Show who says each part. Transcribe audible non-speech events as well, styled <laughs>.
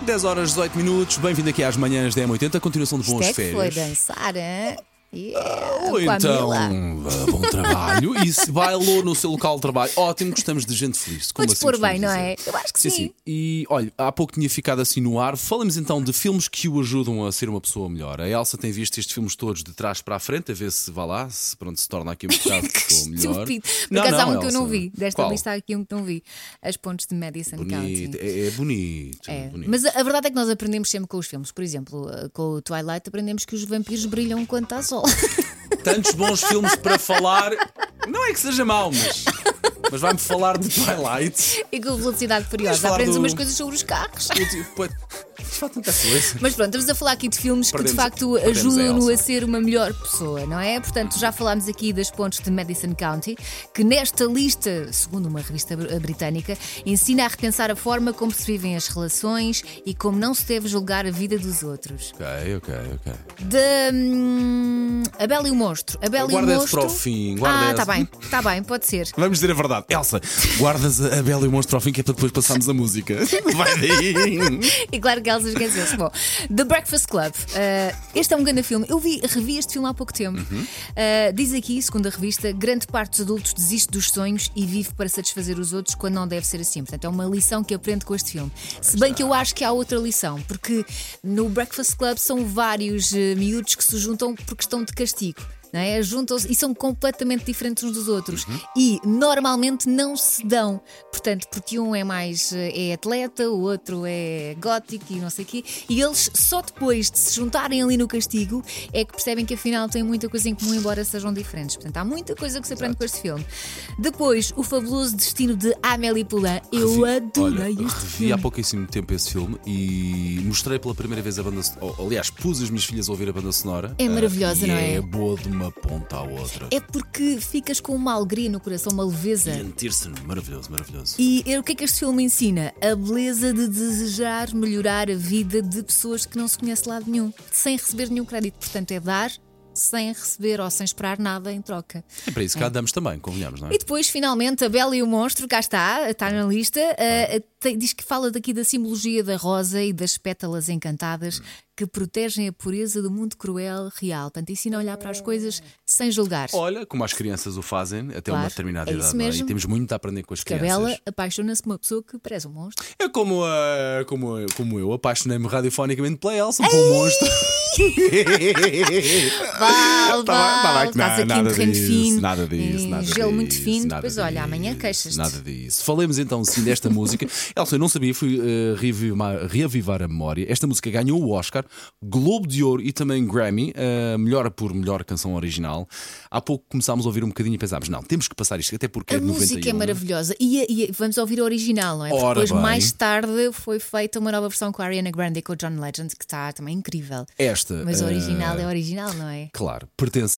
Speaker 1: 10 horas 18 minutos, bem-vindo aqui às manhãs da M80, a continuação de boas
Speaker 2: Isto é que foi
Speaker 1: férias.
Speaker 2: dançar, hein? Yeah,
Speaker 1: Ou
Speaker 2: com a
Speaker 1: então,
Speaker 2: <laughs> Mila.
Speaker 1: ah, bom trabalho. E se bailou no seu local de trabalho, ótimo, gostamos de gente feliz. como
Speaker 2: Podes
Speaker 1: assim
Speaker 2: pôr
Speaker 1: costumamos
Speaker 2: bem, não
Speaker 1: dizer.
Speaker 2: é? Eu acho que
Speaker 1: Sim,
Speaker 2: sim.
Speaker 1: sim. E olha, há pouco tinha ficado assim no ar. Falamos então de filmes que o ajudam a ser uma pessoa melhor. A Elsa tem visto estes filmes todos de trás para a frente, a ver se vá lá, se pronto, se torna
Speaker 2: <laughs>
Speaker 1: aqui um bocado de pessoa melhor.
Speaker 2: Estúpido. Por
Speaker 1: Não,
Speaker 2: acaso há um
Speaker 1: não,
Speaker 2: que eu não
Speaker 1: Elsa.
Speaker 2: vi. Desta
Speaker 1: Qual?
Speaker 2: lista há aqui um que não vi. As pontes de Madison
Speaker 1: Bonito,
Speaker 2: County.
Speaker 1: é, é bonito,
Speaker 2: É.
Speaker 1: bonito.
Speaker 2: Mas a a verdade é que nós aprendemos sempre com os filmes. Por exemplo, eh, com o Twilight aprendemos que os vampiros brilham quando está sol. <laughs>
Speaker 1: Tantos bons filmes para falar. Não é que seja mau, mas. Mas vai-me falar de Twilight.
Speaker 2: e com a velocidade
Speaker 1: Vamos
Speaker 2: furiosa
Speaker 1: falar
Speaker 2: aprendes
Speaker 1: do-
Speaker 2: umas coisas sobre os carros.
Speaker 1: Eu, tipo, pô, isto Faz tanta coisa.
Speaker 2: Mas pronto, estamos a falar aqui de filmes que de
Speaker 1: Perdemos-
Speaker 2: facto
Speaker 1: perdemos a
Speaker 2: ajudam-no a
Speaker 1: Elsa.
Speaker 2: ser uma melhor pessoa, não é? Portanto, já falámos aqui das pontes de Madison County, que nesta lista, segundo uma revista br- eh, britânica, ensina a repensar a forma como se vivem as relações e como não se deve julgar a vida dos outros.
Speaker 1: Ok, ok, ok.
Speaker 2: De hum, A Bela e o Monstro. A Bela
Speaker 1: Guarda
Speaker 2: e o
Speaker 1: esse
Speaker 2: Monstro.
Speaker 1: para o fim, guarda
Speaker 2: ah,
Speaker 1: esse.
Speaker 2: está bem, está bem, pode ser.
Speaker 1: Vamos dizer a verdade. Elsa, guardas a a Bela e o Monstro ao fim, que é para depois passarmos a
Speaker 2: <laughs>
Speaker 1: música. Vai daí.
Speaker 2: E claro que elas esqueceu-se. Bom, The Breakfast Club. Uh, este é um grande filme. Eu vi, revi este filme há pouco tempo. Uh, diz aqui, segundo a revista, grande parte dos adultos desiste dos sonhos e vive para satisfazer os outros quando não deve ser assim. Portanto, é uma lição que aprende com este filme. Se bem que eu acho que há outra lição, porque no Breakfast Club são vários eh, miúdos que se juntam porque estão de castigo. não É? Juntam-se e são completamente diferentes uns dos outros
Speaker 1: Uhum.
Speaker 2: e normalmente não se dão. Portanto, porque um é mais eh, é atleta, o outro é gótico e não sei o quê, e eles só depois de se juntarem ali no castigo é que percebem que afinal têm muita coisa em comum, embora sejam diferentes. Portanto, há muita coisa que se aprende com este filme. Depois, o fabuloso destino de Amélie Poulain. Eu adorei
Speaker 1: Olha,
Speaker 2: este
Speaker 1: revi há
Speaker 2: filme.
Speaker 1: pouquíssimo tempo esse filme e mostrei pela primeira vez a banda sonora. Aliás, pus as minhas filhas a ouvir a banda sonora.
Speaker 2: É
Speaker 1: Ah,
Speaker 2: maravilhosa,
Speaker 1: e
Speaker 2: não é?
Speaker 1: É boa de uma ponta à outra.
Speaker 2: É porque ficas com uma alegria no coração, uma leveza.
Speaker 1: Ian Tiersen, maravilhoso, maravilhoso.
Speaker 2: E eh, o que é que este filme ensina? A beleza de desejar melhorar a vida de pessoas que não se conhece de lado nenhum, sem receber nenhum crédito. Portanto, é dar sem receber ou sem esperar nada em troca.
Speaker 1: É para isso que cá damos também, convenhamos, não é?
Speaker 2: E depois, finalmente, a Bela e o Monstro, cá está, está na lista, eh, tem- diz que fala daqui da simbologia da rosa e das pétalas encantadas que protegem a pureza do mundo cruel real. Portanto, ensina a olhar para as coisas sem julgar.
Speaker 1: Olha, como as crianças o fazem até uma
Speaker 2: Claro,
Speaker 1: determinada
Speaker 2: é
Speaker 1: idade,
Speaker 2: isso
Speaker 1: não é? E
Speaker 2: mesmo.
Speaker 1: temos muito a aprender com as
Speaker 2: Que a
Speaker 1: crianças.
Speaker 2: Bela apaixona-se por uma pessoa que parece um monstro.
Speaker 1: É como, ah, como, como eu, apaixonei-me radiofonicamente pela Elsa, pelo
Speaker 2: <laughs>
Speaker 1: monstro. Tá bem,
Speaker 2: Val,
Speaker 1: tá
Speaker 2: Val,
Speaker 1: bem que
Speaker 2: estás
Speaker 1: não,
Speaker 2: aqui em terreno fino,
Speaker 1: nada disso,
Speaker 2: em
Speaker 1: nada
Speaker 2: gelo
Speaker 1: disso,
Speaker 2: muito fino,
Speaker 1: nada
Speaker 2: depois olha, amanhã
Speaker 1: disso,
Speaker 2: queixas-te.
Speaker 1: Nada disso. Falemos então sim desta <laughs> música. Elsa, eu não sabia, fui eh, reavivar, reavivar a memória. Esta música ganhou o Oscar, Globo de Ouro e também Grammy, eh, melhor por melhor canção original. Há pouco começámos a ouvir um bocadinho e pensámos, não, temos que passar isto, até porque
Speaker 2: A
Speaker 1: é de 91.
Speaker 2: música é maravilhosa e, e vamos ouvir a original, não é? Porque
Speaker 1: Ora
Speaker 2: depois,
Speaker 1: bem.
Speaker 2: mais tarde, foi feita uma nova versão com a Ariana Grande e com o John Legend, que está também incrível.
Speaker 1: Esta.
Speaker 2: Mas a
Speaker 1: eh,
Speaker 2: original é original, não é?
Speaker 1: Claro, pertence